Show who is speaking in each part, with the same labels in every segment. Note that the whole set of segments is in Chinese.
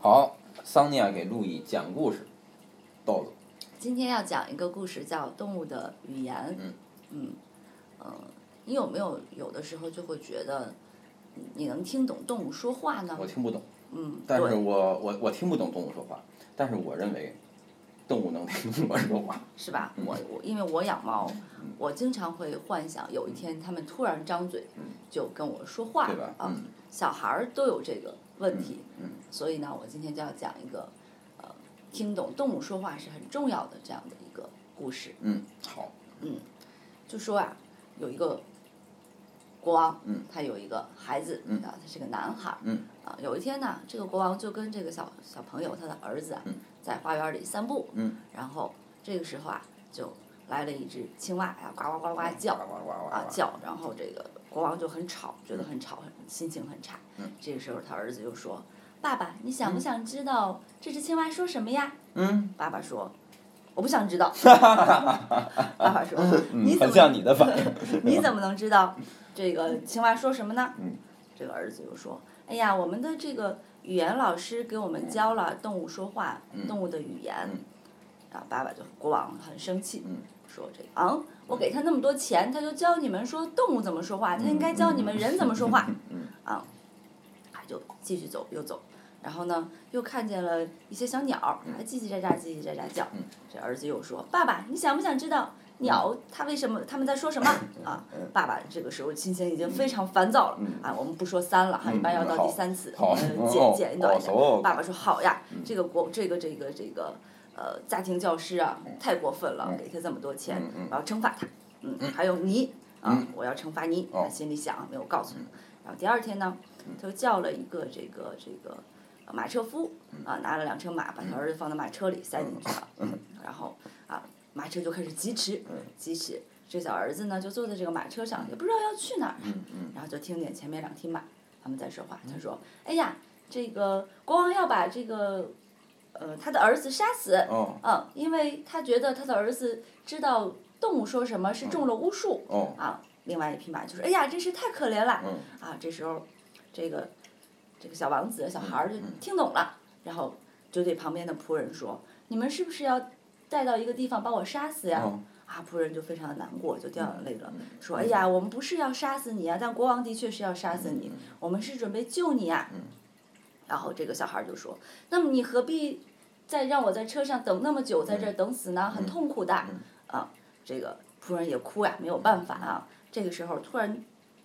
Speaker 1: 好，桑尼亚给路易讲故事，豆子，
Speaker 2: 今天要讲一个故事，叫《动物的语言》。
Speaker 1: 嗯
Speaker 2: 嗯嗯你有没有有的时候就会觉得你能听懂动物说话呢
Speaker 1: 我？听不懂，
Speaker 2: 嗯，
Speaker 1: 但是
Speaker 2: 对，
Speaker 1: 我我我听不懂动物说话，但是我认为动物能听懂我说话。
Speaker 2: 是吧？
Speaker 1: 嗯
Speaker 2: 我我因为我养猫，我经常会幻想有一天它们突然张嘴
Speaker 1: 嗯
Speaker 2: 就跟我说话
Speaker 1: 对
Speaker 2: 了
Speaker 1: 吧
Speaker 2: 啊
Speaker 1: 嗯。
Speaker 2: 小孩儿都有这个问题，
Speaker 1: 嗯，
Speaker 2: 所以呢，我今天就要讲一个呃，听懂动物说话是很重要的这样的一个故事。
Speaker 1: 嗯，好，
Speaker 2: 就说啊，有一个国王，
Speaker 1: 嗯
Speaker 2: 他有一个孩子，
Speaker 1: 嗯
Speaker 2: 啊，他是个男孩儿，
Speaker 1: 嗯
Speaker 2: 啊，有一天呢，这个国王就跟这个小小朋友他的儿子啊，
Speaker 1: 嗯
Speaker 2: 在花园里散步，
Speaker 1: 嗯
Speaker 2: 然后这个时候啊，就来了一只青蛙，呀，呱呱呱
Speaker 1: 呱
Speaker 2: 呱叫，
Speaker 1: 呱呱呱
Speaker 2: 啊
Speaker 1: 呱，
Speaker 2: 叫，然后这个国王就很吵，觉得很吵，很心情很差。
Speaker 1: 嗯
Speaker 2: 这个时候他儿子就说：“爸爸，你想不想知道这只青蛙说什么呀？”
Speaker 1: 嗯，
Speaker 2: 爸爸说：“我不想知 道。” 爸爸说：“你怎
Speaker 1: 很
Speaker 2: 么
Speaker 1: 像你的反应。
Speaker 2: 你怎么能知道这个青蛙说什么呢？
Speaker 1: 嗯
Speaker 2: 这个儿子就说：“哎呀，我们的这个语言老师给我们教了动物说话，
Speaker 1: 嗯
Speaker 2: 动物的语言。
Speaker 1: 嗯
Speaker 2: 然后爸爸就国王很生气，
Speaker 1: 嗯
Speaker 2: 说：“这个啊，我给他那么多钱，他就教你们说动物怎么说话，他应该教你们人怎么说话。
Speaker 1: 嗯
Speaker 2: 啊，他就继续走，又走。然后呢，又看见了一些小鸟儿，还叽叽喳喳、叽叽喳喳叫。
Speaker 1: 嗯
Speaker 2: 这儿子又说：“爸爸，你想不想知道鸟它为什么它们在说什么？”啊
Speaker 1: 嗯，
Speaker 2: 爸爸这个时候心情已经非常烦躁了。
Speaker 1: 嗯
Speaker 2: 啊，我们不说三了哈，
Speaker 1: 嗯
Speaker 2: 一般要到
Speaker 1: 好
Speaker 2: 第三次，
Speaker 1: 好
Speaker 2: 呃，简
Speaker 1: 哦
Speaker 2: 简短一下。
Speaker 1: 哦
Speaker 2: 爸爸说：“好呀
Speaker 1: 嗯，
Speaker 2: 这个国这个这个这个呃家庭教师啊，太过分了，
Speaker 1: 嗯
Speaker 2: 给他这么多钱
Speaker 1: 嗯嗯，
Speaker 2: 我要惩罚他。嗯，还有你啊
Speaker 1: 嗯，
Speaker 2: 我要惩罚你。
Speaker 1: 哦嗯
Speaker 2: 他心里想，没有告诉你。然后第二天呢，他就叫了一个这个这个呃马车夫
Speaker 1: 嗯
Speaker 2: 啊，拿了两车马，把他儿子放到马车里塞进去了，然后啊，马车就开始疾驰
Speaker 1: 嗯，
Speaker 2: 疾驰。这小儿子呢，就坐在这个马车上，也不知道要去哪儿，
Speaker 1: 嗯嗯
Speaker 2: 然后就听见前面两匹马他们在说话。他说：“哎呀，这个国王要把这个，呃，他的儿子杀死，
Speaker 1: 哦
Speaker 2: 嗯，因为他觉得他的儿子知道动物说什么是中了巫术。
Speaker 1: 哦
Speaker 2: 啊，另外一匹马就说：“哎呀，真是太可怜了。
Speaker 1: 嗯
Speaker 2: 啊，这时候，这个这个小王子小孩儿就
Speaker 1: 嗯嗯
Speaker 2: 听懂了，然后就对旁边的仆人说：“你们是不是要带到一个地方把我杀死呀？”
Speaker 1: 哦
Speaker 2: 啊，仆人就非常的难过，就掉眼泪了，
Speaker 1: 嗯
Speaker 2: 说：“哎呀，我们不是要杀死你呀、啊但国王的确是要杀死你，我们是准备救你啊呀、
Speaker 1: 嗯
Speaker 2: 然后这个小孩儿就说：“那么你何必再让我在车上等那么久，在这儿等死呢？很痛苦的。
Speaker 1: 嗯
Speaker 2: 啊，这个仆人也哭呀，没有办法啊。这个时候突然，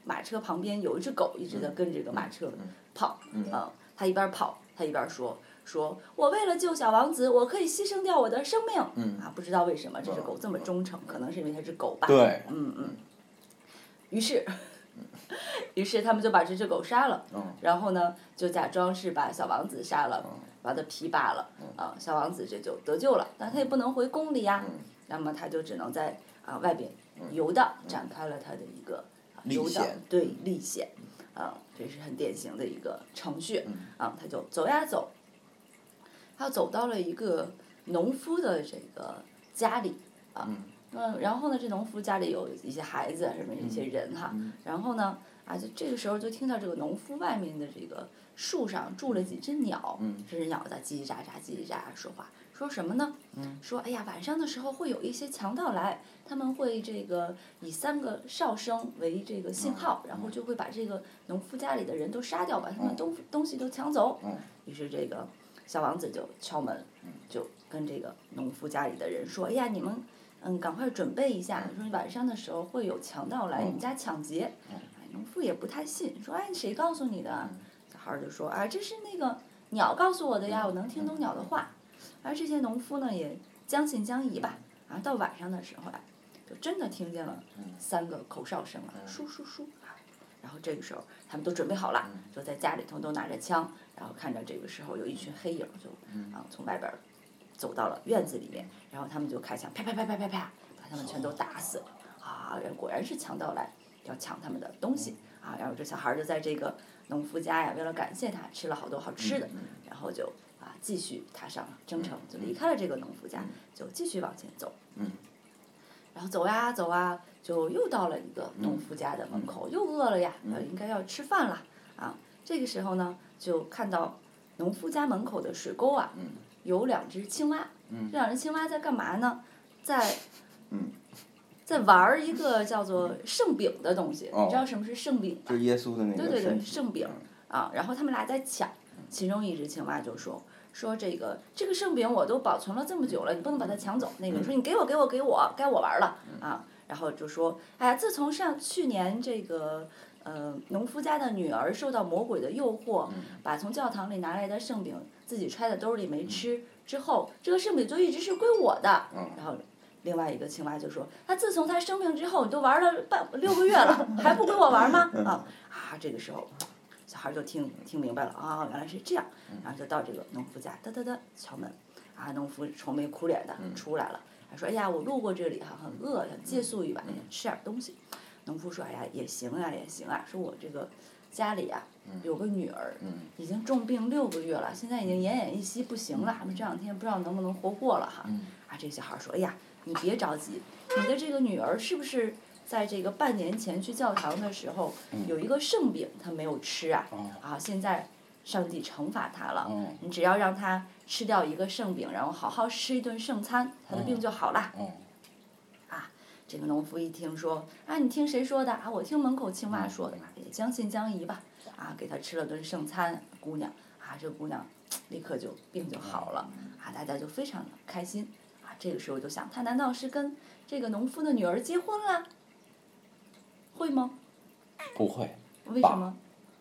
Speaker 2: 马车旁边有一只狗一直在跟这个马车跑，
Speaker 1: 嗯
Speaker 2: 啊，他一边跑，他一边说。说，我为了救小王子，我可以牺牲掉我的生命。
Speaker 1: 嗯
Speaker 2: 啊，不知道为什么这只狗这么忠诚，可能是因为它是狗吧。
Speaker 1: 对
Speaker 2: 嗯嗯。于是， 于是他们就把这只狗杀了，
Speaker 1: 嗯
Speaker 2: 然后呢，就假装是把小王子杀了，
Speaker 1: 嗯
Speaker 2: 把他皮扒了，啊，小王子这就得救了，但他也不能回宫里呀，
Speaker 1: 嗯
Speaker 2: 那么他就只能在啊外边游荡，展开了他的一个啊
Speaker 1: 历
Speaker 2: 游荡
Speaker 1: 险，嗯
Speaker 2: 对历险，啊，这是很典型的一个程序，
Speaker 1: 嗯
Speaker 2: 啊，他就走呀走，他走到了一个农夫的这个家里，啊，嗯，然后呢，这农夫家里有一些孩子啊什么一些人
Speaker 1: 嗯
Speaker 2: 哈，然后呢，啊，就这个时候就听到这个农夫外面的这个树上住了几只鸟，这只鸟在叽叽喳喳、叽叽喳喳说话，说什么呢？说哎呀，晚上的时候会有一些强盗来，他们会这个以三个哨声为这个信号，然后就会把这个农夫家里的人都杀掉，把他们东东西都抢走。
Speaker 1: 嗯
Speaker 2: 于是这个小王子就敲门，嗯就跟这个农夫家里的人说：“哎呀，你们嗯，赶快准备一下，说晚上的时候会有强盗来你们家抢劫。”哎，农夫也不太信，说：“哎，谁告诉你的啊？”小孩儿就说：“啊，这是那个鸟告诉我的呀，我能听懂鸟的话。”而这些农夫呢，也将信将疑吧。啊，到晚上的时候呀、就真的听见了三个口哨声了，
Speaker 1: 嗯
Speaker 2: 簌簌簌啊。然后这个时候，他们都准备好了，就在家里头都拿着枪，然后看着这个时候有一群黑影就啊从外边儿走到了院子里面，然后他们就开枪，啪啪啪啪啪啪，把他们全都打死了。啊，果然是强盗来要抢他们的东西啊！然后这小孩儿就在这个农夫家呀，为了感谢他，吃了好多好吃的，
Speaker 1: 嗯
Speaker 2: 然后就啊继续踏上了征程，就离开了这个农夫家，就继续往前走。
Speaker 1: 嗯
Speaker 2: 然后走呀走啊，就又到了一个
Speaker 1: 嗯
Speaker 2: 农夫家的门口，又饿了呀，呃应该要吃饭了啊。这个时候呢，就看到农夫家门口的水沟啊，
Speaker 1: 嗯
Speaker 2: 有两只青蛙。
Speaker 1: 嗯
Speaker 2: 这两只青蛙在干嘛呢？在
Speaker 1: 嗯，
Speaker 2: 在玩儿一个叫做圣饼的东西。
Speaker 1: 哦
Speaker 2: 你知道什么是圣饼
Speaker 1: 就是耶稣的那个
Speaker 2: 对对对，
Speaker 1: 身体
Speaker 2: 圣饼啊，然后他们俩在抢，其中一只青蛙就说说这个这个圣饼我都保存了这么久了，你不能把它抢走。那个人说你给我给我给我，该我玩儿了啊。然后就说哎呀，自从上去年这个呃农夫家的女儿受到魔鬼的诱惑，把从教堂里拿来的圣饼自己揣在兜里没吃之后，这个圣饼就一直是归我的。然后。另外一个青蛙就说：“他自从他生病之后，你都玩了半六个月了，还不归我玩吗？”啊，啊，这个时候，小孩儿就听听明白了啊，原来是这样，然后就到这个农夫家，哒哒哒敲门，啊，农夫愁眉苦脸的出来了，他说：“哎呀，我路过这里哈，很饿，想借宿一晚，想吃点东西。”农夫说：“哎呀，也行啊，也行啊，说我这个家里啊有个女儿，
Speaker 1: 嗯
Speaker 2: 已经重病六个月了，现在已经奄奄一息，不行了，还没这两天不知道能不能活过了哈。”
Speaker 1: 嗯
Speaker 2: 啊，这小孩儿说：“哎呀，你别着急，你的这个女儿是不是在这个半年前去教堂的时候，有一个圣饼她没有吃啊？啊，现在上帝惩罚她了。
Speaker 1: 哦
Speaker 2: 你只要让她吃掉一个圣饼，然后好好吃一顿圣餐，她的病就好了。
Speaker 1: 哦
Speaker 2: 这个农夫一听说，啊，你听谁说的啊？我听门口青蛙说的，啊也将信将疑吧。啊，给她吃了顿圣餐，姑娘啊，这姑娘立刻就病就好了，啊，大家就非常的开心。啊，这个时候就想，她难道是跟这个农夫的女儿结婚了？会吗？
Speaker 1: 不会，
Speaker 2: 为
Speaker 1: 爸
Speaker 2: 什么？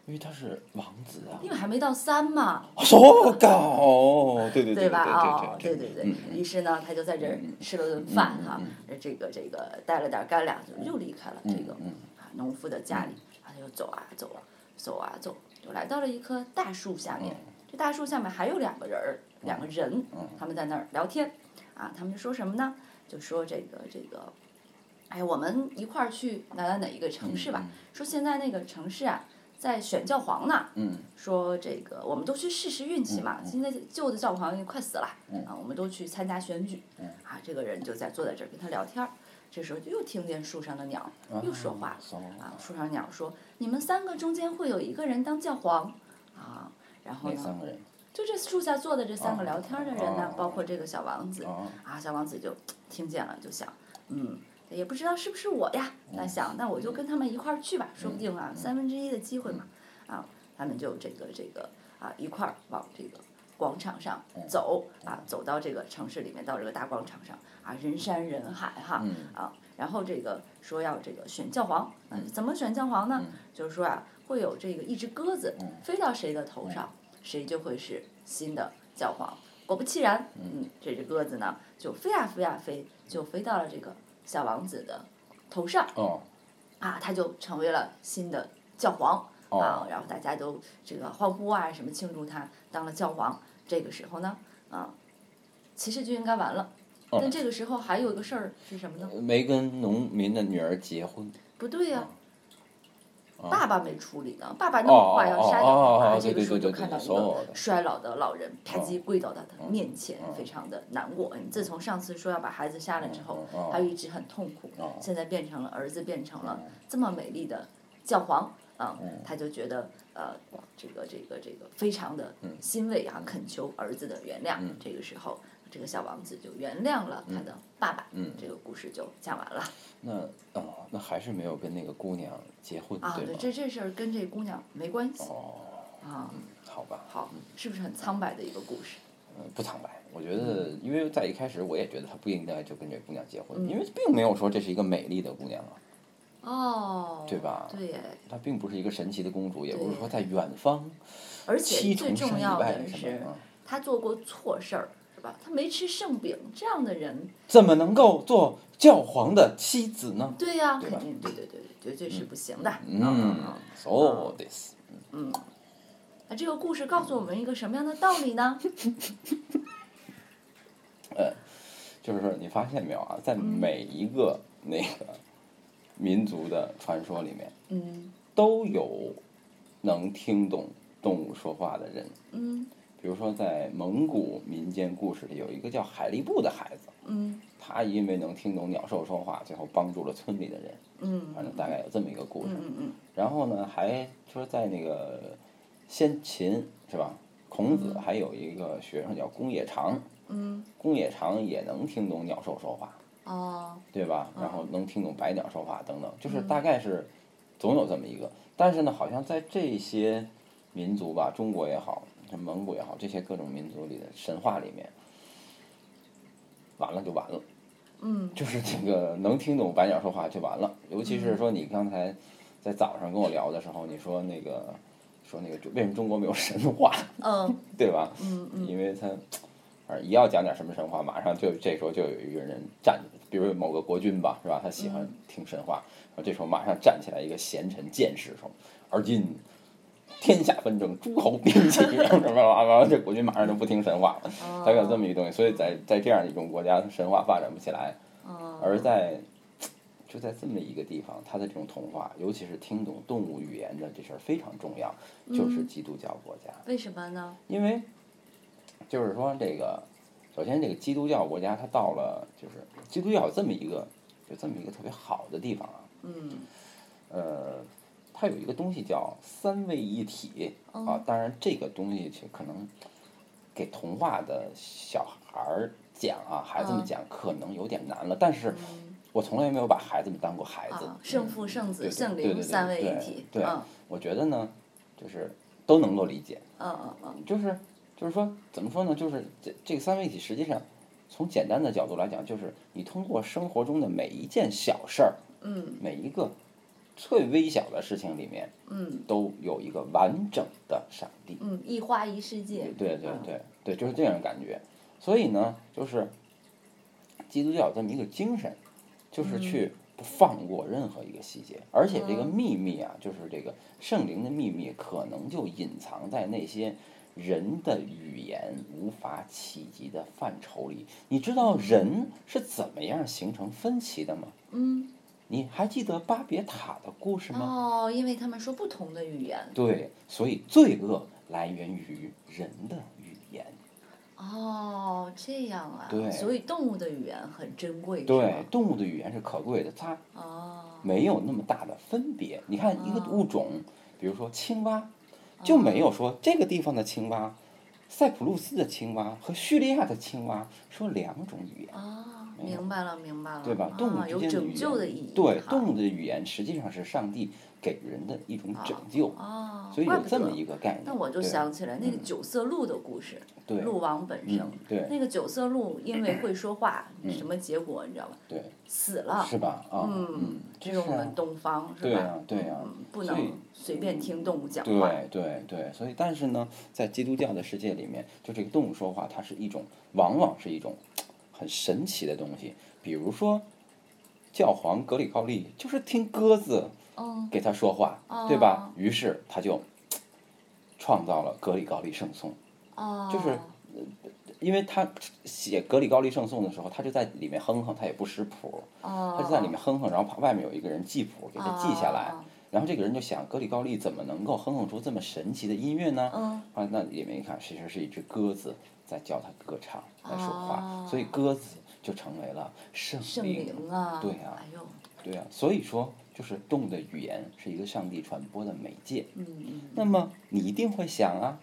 Speaker 1: 因为他是王子啊
Speaker 2: 因。为还没到三嘛，
Speaker 1: 我靠！对对对
Speaker 2: 吧？哦，
Speaker 1: 对
Speaker 2: 对对
Speaker 1: 嗯
Speaker 2: 于是呢，他就在这儿吃了顿饭哈，这个这个带了点干粮，就又离开了这个
Speaker 1: 嗯
Speaker 2: 啊农夫的家里，然后他就走啊走啊走啊走，就来到了一棵大树下面。
Speaker 1: 嗯
Speaker 2: 这大树下面还有两个人儿，两个人，他们在那儿聊天，啊，他们就说什么呢？就说这个这个。哎，我们一块儿去哪哪哪一个城市吧？说现在那个城市啊，在选教皇呢。
Speaker 1: 嗯
Speaker 2: 说这个我们都去试试运气嘛，现在旧的教皇也快死了，
Speaker 1: 嗯
Speaker 2: 啊，我们都去参加选举，啊，这个人就在坐在这儿跟他聊天儿，这时候就又听见树上的鸟又说话了，啊，树上的鸟说你们三个中间会有一个人当教皇，啊，然后
Speaker 1: 那
Speaker 2: 呢，
Speaker 1: 三个人
Speaker 2: 就这树下坐的这三个
Speaker 1: 哦
Speaker 2: 聊天儿的人呢
Speaker 1: 哦，
Speaker 2: 包括这个小王子，
Speaker 1: 啊，
Speaker 2: 啊，小王子就听见了，就想，嗯，也不知道是不是我呀，那想，那我就跟他们一块儿去吧，说不定啊，三分之一的机会嘛，啊，他们就这个这个啊一块儿往这个广场上走啊，走到这个城市里面，到这个大广场上啊，人山人海哈，啊，然后这个说要这个选教皇，啊怎么选教皇呢？就是说啊，会有这个一只鸽子飞到谁的头上，谁就会是新的教皇。果不其然，嗯，这只鸽子呢就飞呀、飞呀、飞，就飞到了这个小王子的头上
Speaker 1: 哦
Speaker 2: 啊，他就成为了新的教皇啊
Speaker 1: 哦，
Speaker 2: 然后大家都这个欢呼啊，什么庆祝他当了教皇。这个时候呢，啊，骑士就应该完了。
Speaker 1: 哦
Speaker 2: 但这个时候还有一个事儿是什么呢？
Speaker 1: 没跟农民的女儿结婚。
Speaker 2: 不对呀、
Speaker 1: 哦
Speaker 2: 爸爸没处理呢，爸爸那么
Speaker 1: 哦哦
Speaker 2: 坏要杀掉
Speaker 1: 哦哦
Speaker 2: 他，然
Speaker 1: 哦
Speaker 2: 后
Speaker 1: 对
Speaker 2: 这个
Speaker 1: 对
Speaker 2: 时候
Speaker 1: 对
Speaker 2: 就
Speaker 1: 对
Speaker 2: 看到
Speaker 1: 对，哦
Speaker 2: 一
Speaker 1: 所
Speaker 2: 个
Speaker 1: 有的。
Speaker 2: 衰老的老人啪叽跪倒在他面前，
Speaker 1: 嗯
Speaker 2: 非常的难过。嗯自从上次说要把孩子杀了之后，
Speaker 1: 嗯嗯
Speaker 2: 他一直很痛苦。
Speaker 1: 哦
Speaker 2: 现在变成了儿子变成了这么美丽的教皇，啊、
Speaker 1: 哦
Speaker 2: 他就觉得呃，这个这个这个非常的
Speaker 1: 嗯
Speaker 2: 欣慰啊，恳求儿子的原谅。这个时候，这个小王子就原谅了他
Speaker 1: 嗯
Speaker 2: 的爸爸。这个故事就讲完了。
Speaker 1: 那哦，那还是没有跟那个姑娘结婚，
Speaker 2: 啊，对，
Speaker 1: 吗？
Speaker 2: 这这事儿跟这姑娘没关系。
Speaker 1: 哦，嗯
Speaker 2: 啊，
Speaker 1: 好吧，
Speaker 2: 好，是不是很苍白的一个故事？
Speaker 1: 呃，不坦白。我觉得，
Speaker 2: 嗯
Speaker 1: 因为在一开始我也觉得他不应该就跟这姑娘结婚，因为并没有说这是一个美丽的姑娘啊，
Speaker 2: 哦，
Speaker 1: 对吧
Speaker 2: 对耶，
Speaker 1: 她并不是一个神奇的公主，也不是说在远方
Speaker 2: 而
Speaker 1: 七
Speaker 2: 且最
Speaker 1: 重
Speaker 2: 重
Speaker 1: 山以
Speaker 2: 要
Speaker 1: 外
Speaker 2: 的
Speaker 1: 什么
Speaker 2: 是
Speaker 1: 的，，嗯
Speaker 2: 他做过错事儿，是吧？他没吃圣饼，这样的人，
Speaker 1: 怎么能够做教皇的妻子呢？
Speaker 2: 对呀、
Speaker 1: 对
Speaker 2: 肯
Speaker 1: 吧
Speaker 2: 定，对对对对，绝对是不行的。
Speaker 1: 嗯，so
Speaker 2: 啊
Speaker 1: this，
Speaker 2: 那这个故事告诉我们一个什么样的道理 呢？
Speaker 1: 就是说，你发现没有啊，
Speaker 2: 嗯
Speaker 1: 在每一个那个民族的传说里面，
Speaker 2: 嗯
Speaker 1: 都有能听懂动物说话的人。
Speaker 2: 嗯
Speaker 1: 比如说，在蒙古民间故事里，有一个叫海力布的孩子，
Speaker 2: 嗯
Speaker 1: 他因为能听懂鸟兽说话，最后帮助了村里的人。
Speaker 2: 嗯
Speaker 1: 反正大概有这么一个故事。
Speaker 2: 嗯嗯
Speaker 1: 然后呢，还说在那个先秦是吧？孔子还有一个学生叫公冶长，
Speaker 2: 嗯，
Speaker 1: 公冶长也能听懂鸟兽说话，
Speaker 2: 哦，
Speaker 1: 对吧？
Speaker 2: 嗯
Speaker 1: 然后能听懂白鸟说话等等，就是大概是总有这么一个。但是呢，好像在这些民族吧，中国也好，像蒙古也好，这些各种民族里的神话里面，完了就完了。
Speaker 2: 嗯，
Speaker 1: 就是这个能听懂白鸟说话就完了。尤其是说你刚才在早上跟我聊的时候，你说那个说那个为什么中国没有神话，
Speaker 2: 嗯
Speaker 1: 对吧？
Speaker 2: 嗯 嗯，
Speaker 1: 因为他反正一要讲点什么神话，马上就这时候就有一个人站，比如某个国君吧，是吧？他喜
Speaker 2: 嗯
Speaker 1: 欢听神话，然后这时候马上站起来一个贤臣见识说：“而今天下纷争，诸侯并起， 然后什么完了，这国君马上就不听神话了。
Speaker 2: 哦
Speaker 1: 大概有这么一个东西，所以在在这样一种国家，神话发展不起来，
Speaker 2: 哦
Speaker 1: 而在。就在这么一个地方，它的这种童话，尤其是听懂动物语言的这事儿非常重要，就是基督教国家。
Speaker 2: 为什么呢？
Speaker 1: 因为就是说这个，首先这个基督教国家，它到了就是基督教有这么一个有这么一个特别好的地方啊，
Speaker 2: 嗯
Speaker 1: 呃，它有一个东西叫三位一体啊
Speaker 2: 嗯，
Speaker 1: 当然这个东西是可能给童话的小孩儿讲啊，孩子们
Speaker 2: 嗯
Speaker 1: 讲可能有点难了，但是
Speaker 2: 嗯
Speaker 1: 我从来没有把孩子们当过孩子
Speaker 2: 啊，，圣父、圣
Speaker 1: 对
Speaker 2: 子、
Speaker 1: 对
Speaker 2: 圣
Speaker 1: 对对
Speaker 2: 灵
Speaker 1: 对
Speaker 2: 三位一
Speaker 1: 对
Speaker 2: 体，
Speaker 1: 对
Speaker 2: 嗯
Speaker 1: 我觉得呢，就是都能够理解。
Speaker 2: 嗯嗯嗯，
Speaker 1: 就是就是说，怎么说呢？就是这这个三位一体，实际上从简单的角度来讲，就是你通过生活中的每一件小事儿，
Speaker 2: 嗯
Speaker 1: 每一个最微小的事情里面，
Speaker 2: 嗯
Speaker 1: 都有一个完整的上帝。
Speaker 2: 嗯，一花一世界，
Speaker 1: 对对
Speaker 2: 嗯
Speaker 1: 对对，就是这样的感觉。所以呢，就是基督教有这么一个精神，就是去不放过任何一个细节，而且这个
Speaker 2: 嗯
Speaker 1: 秘密啊，就是这个圣灵的秘密，可能就隐藏在那些人的语言无法企及的范畴里。你知道人是怎么样形成分歧的吗？
Speaker 2: 嗯
Speaker 1: 你还记得巴别塔的故事吗？
Speaker 2: 哦，因为他们说不同的语言，
Speaker 1: 对，所以罪恶来源于人的语言。
Speaker 2: 哦，这样啊，
Speaker 1: 对
Speaker 2: 所以动物的语言很珍贵，是
Speaker 1: 对
Speaker 2: 吗，
Speaker 1: 动物的语言是可贵的，它
Speaker 2: 哦，
Speaker 1: 没有那么大的分别。你看一个
Speaker 2: 哦
Speaker 1: 物种，比如说青蛙，
Speaker 2: 嗯
Speaker 1: 就没有说这个地方的青蛙、塞浦路斯的青蛙和叙利亚的青蛙说两种语言，
Speaker 2: 哦，
Speaker 1: 没有
Speaker 2: 明白了，明白了，
Speaker 1: 对吧？动物
Speaker 2: 啊，
Speaker 1: 之
Speaker 2: 有
Speaker 1: 间的语
Speaker 2: 拯救的意
Speaker 1: 言
Speaker 2: 义，，
Speaker 1: 对
Speaker 2: 哈
Speaker 1: 动物的语言实际上是上帝给人的一种拯救，
Speaker 2: 哦，
Speaker 1: 所以
Speaker 2: 怪
Speaker 1: 有
Speaker 2: 不
Speaker 1: 这么
Speaker 2: 得
Speaker 1: 一个概念。
Speaker 2: 那我就
Speaker 1: 对
Speaker 2: 想起来那个
Speaker 1: 嗯
Speaker 2: 九色鹿的故事，
Speaker 1: 对，
Speaker 2: 鹿王本生
Speaker 1: 嗯，，对
Speaker 2: 那个九色鹿因为会说话，
Speaker 1: 嗯
Speaker 2: 什么结果你知道吧？
Speaker 1: 对，
Speaker 2: 死了。
Speaker 1: 是吧？啊，
Speaker 2: 嗯
Speaker 1: 嗯，
Speaker 2: 这是我
Speaker 1: 啊
Speaker 2: 们东方是吧？
Speaker 1: 对啊对啊
Speaker 2: 嗯，不
Speaker 1: 所以
Speaker 2: 能随便听动物讲话。
Speaker 1: 对对对，所以但是呢，在基督教的世界里面，就这个动物说话，它是一种，往往是一种很神奇的东西。比如说，教皇格里高利就是听鸽子
Speaker 2: 嗯，
Speaker 1: 给他说话，对吧？于是他就创造了格里高利圣颂，
Speaker 2: 哦，
Speaker 1: 就是因为他写格里高利圣颂的时候，他就在里面哼哼，他也不识谱，
Speaker 2: 哦，
Speaker 1: 他就在里面哼哼，然后旁外面有一个人记谱给他记下来。
Speaker 2: 哦
Speaker 1: 然后这个人就想，格里高利怎么能够哼哼出这么神奇的音乐呢？
Speaker 2: 嗯，
Speaker 1: 啊，那里面一看，其实是一只鸽子在教它歌唱，在说话，
Speaker 2: 哦
Speaker 1: 所以鸽子就成为了圣
Speaker 2: 圣
Speaker 1: 灵。
Speaker 2: 灵啊，
Speaker 1: 对啊
Speaker 2: 哎呦，
Speaker 1: 对啊，所以说就是动物的语言是一个上帝传播的媒介。
Speaker 2: 嗯
Speaker 1: 那么你一定会想啊，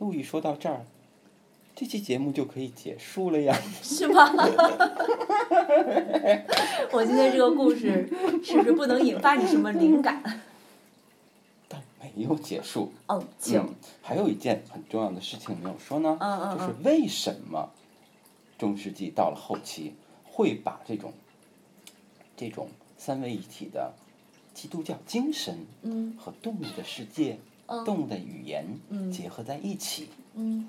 Speaker 1: 陆毅说到这儿，这期节目就可以结束了呀。
Speaker 2: 嗯，是吗？ 我今天这个故事是不是不能引发你什么 灵感？
Speaker 1: 但没有结束，
Speaker 2: 哦，请，
Speaker 1: 嗯还有一件很重要的事情没有说呢，
Speaker 2: 嗯嗯
Speaker 1: 就是
Speaker 2: 嗯，
Speaker 1: 为什么中世纪到了后期会把这种这种三位一体的基督教精神
Speaker 2: 嗯
Speaker 1: 和动物的世界、
Speaker 2: 嗯
Speaker 1: 动物的语言
Speaker 2: 嗯
Speaker 1: 结合在一起？
Speaker 2: 嗯，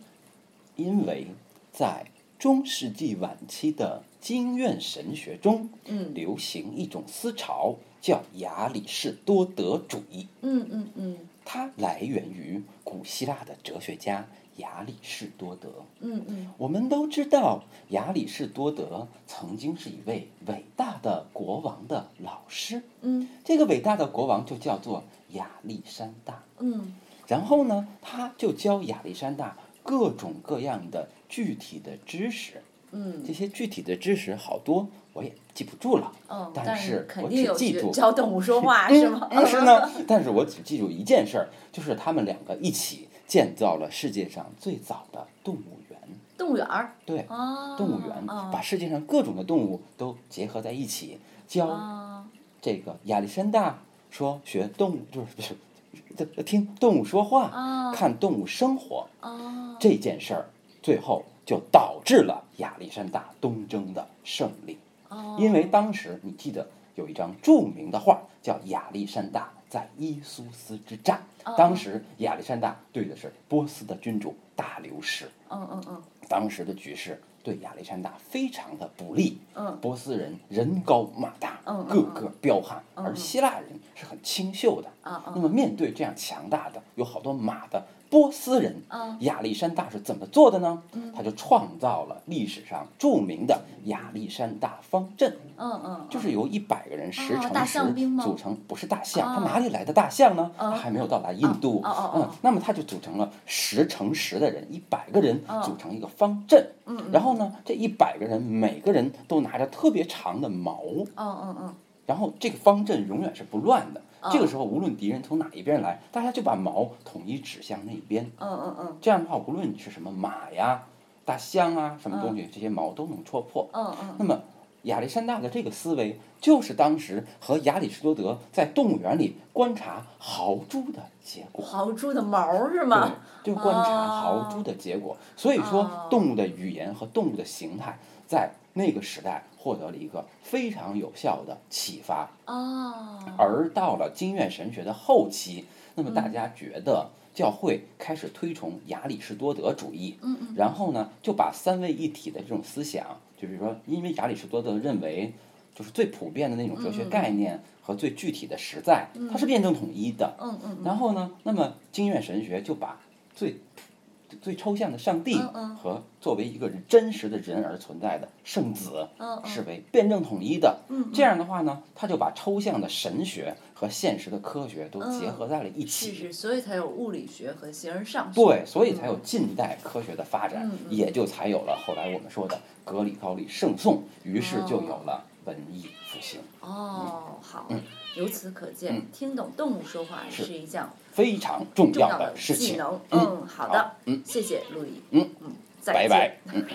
Speaker 1: 因为在中世纪晚期的经院神学中，
Speaker 2: 嗯
Speaker 1: 流行一种思潮叫亚里士多德主义。
Speaker 2: 嗯嗯嗯
Speaker 1: 它来源于古希腊的哲学家亚里士多德。
Speaker 2: 嗯嗯，
Speaker 1: 我们都知道，亚里士多德曾经是一位伟大的国王的老师。
Speaker 2: 嗯
Speaker 1: 这个伟大的国王就叫做亚历山大。
Speaker 2: 嗯
Speaker 1: 然后呢，他就教亚历山大各种各样的具体的知识。
Speaker 2: 嗯，
Speaker 1: 这些具体的知识好多我也记不住了，
Speaker 2: 嗯，
Speaker 1: 但
Speaker 2: 是
Speaker 1: 是
Speaker 2: 肯
Speaker 1: 我
Speaker 2: 定
Speaker 1: 只
Speaker 2: 有
Speaker 1: 记
Speaker 2: 学
Speaker 1: 住哎
Speaker 2: 教啊哎动物说话是吗？
Speaker 1: 但是呢，但是我只记住一件事儿，就是他们两个一起建造了世界上最早的动物园。
Speaker 2: 动物园儿，
Speaker 1: 对，
Speaker 2: 啊，
Speaker 1: 动物园
Speaker 2: 啊
Speaker 1: 把世界上各种的动物都结合在一起，教
Speaker 2: 啊，
Speaker 1: 这个亚历山大说学动物，就是不是，这这听动物说话，
Speaker 2: 啊
Speaker 1: 看动物生活
Speaker 2: 啊，
Speaker 1: 这件事儿，最后就导致了亚历山大东征的胜利。
Speaker 2: 哦
Speaker 1: 因为当时你记得有一张著名的画叫《亚历山大在伊苏斯之战》，
Speaker 2: 嗯
Speaker 1: 当时亚历山大对的是波斯的君主大流士，
Speaker 2: 嗯嗯嗯
Speaker 1: 当时的局势对亚历山大非常的不利。
Speaker 2: 嗯
Speaker 1: 波斯人人高马大
Speaker 2: 嗯嗯，
Speaker 1: 个个彪悍，
Speaker 2: 嗯
Speaker 1: 而希腊人是很清秀的。
Speaker 2: 啊
Speaker 1: 那
Speaker 2: 啊
Speaker 1: 么面对这样强大的、有好多马的波斯人，
Speaker 2: 啊
Speaker 1: 亚历山大是怎么做的呢？他就创造了历史上著名的亚历山大方阵。
Speaker 2: 嗯嗯，
Speaker 1: 就是是由一百个人十
Speaker 2: 哦
Speaker 1: 乘
Speaker 2: 大
Speaker 1: 十
Speaker 2: 象兵吗
Speaker 1: 组成，不是大象，它
Speaker 2: 哦
Speaker 1: 哪里来的大象呢？它
Speaker 2: 哦
Speaker 1: 还没有到达印度
Speaker 2: 哦哦哦，
Speaker 1: 嗯
Speaker 2: 哦，
Speaker 1: 那么它就组成了十乘十的人，一百个人
Speaker 2: 哦
Speaker 1: 组成一个方阵
Speaker 2: 嗯嗯，
Speaker 1: 然后呢，这一百个人每个人都拿着特别长的矛，
Speaker 2: 嗯嗯嗯
Speaker 1: 然后这个方阵永远是不乱的
Speaker 2: 哦。
Speaker 1: 这个时候，无论敌人从哪一边来，大家就把矛统一指向那边。
Speaker 2: 嗯嗯嗯
Speaker 1: 这样的话，无论你是什么马呀、大象啊、什么东西，这些矛都能戳破。
Speaker 2: 嗯嗯
Speaker 1: 那么亚历山大的这个思维，就是当时和亚里士多德在动物园里观察豪猪的结
Speaker 2: 嗯，
Speaker 1: 果。
Speaker 2: 豪猪的毛儿是
Speaker 1: 对
Speaker 2: 吗？，
Speaker 1: 就观察
Speaker 2: 哦
Speaker 1: 豪猪的结果。所以
Speaker 2: 哦
Speaker 1: 说，动物的语言和动物的形态，在那个时代获得了一个非常有效的启发。
Speaker 2: 哦，
Speaker 1: 而到了经院神学的后期，那么大
Speaker 2: 嗯
Speaker 1: 家觉得教会开始推崇亚里士多德主义，
Speaker 2: 嗯嗯
Speaker 1: 然后呢，就把三位一体的这种思想，就比如说，因为亚里士多德认为，就是最普遍的那种
Speaker 2: 嗯
Speaker 1: 哲学概念和最具体的实在，它是辩证统一的。
Speaker 2: 嗯嗯
Speaker 1: 然后呢，那么经院神学就把最最抽象的上帝
Speaker 2: 嗯嗯
Speaker 1: 和作为一个人真实的人而存在的圣子
Speaker 2: 嗯嗯
Speaker 1: 视为辩证统一的。
Speaker 2: 嗯
Speaker 1: 这样的话呢，他就把抽象的神学和现实的科学都结合在了一
Speaker 2: 嗯是
Speaker 1: 起。
Speaker 2: 是，所以才有物理学和形而上学。
Speaker 1: 对，所以才有近代科学的发展，
Speaker 2: 嗯嗯
Speaker 1: 也就才有了后来我们说的格里高利圣颂，于是就有了文艺复兴，
Speaker 2: 哦，好
Speaker 1: 嗯，
Speaker 2: 由此可见，听懂动物说话
Speaker 1: 是
Speaker 2: 是一项
Speaker 1: 非常重
Speaker 2: 重
Speaker 1: 要
Speaker 2: 要
Speaker 1: 的
Speaker 2: 的
Speaker 1: 事
Speaker 2: 技
Speaker 1: 情。
Speaker 2: 能。
Speaker 1: 嗯
Speaker 2: 嗯，好的
Speaker 1: 好，嗯
Speaker 2: 谢谢陆毅。
Speaker 1: 嗯
Speaker 2: 嗯，再
Speaker 1: 拜
Speaker 2: 见
Speaker 1: 拜。。嗯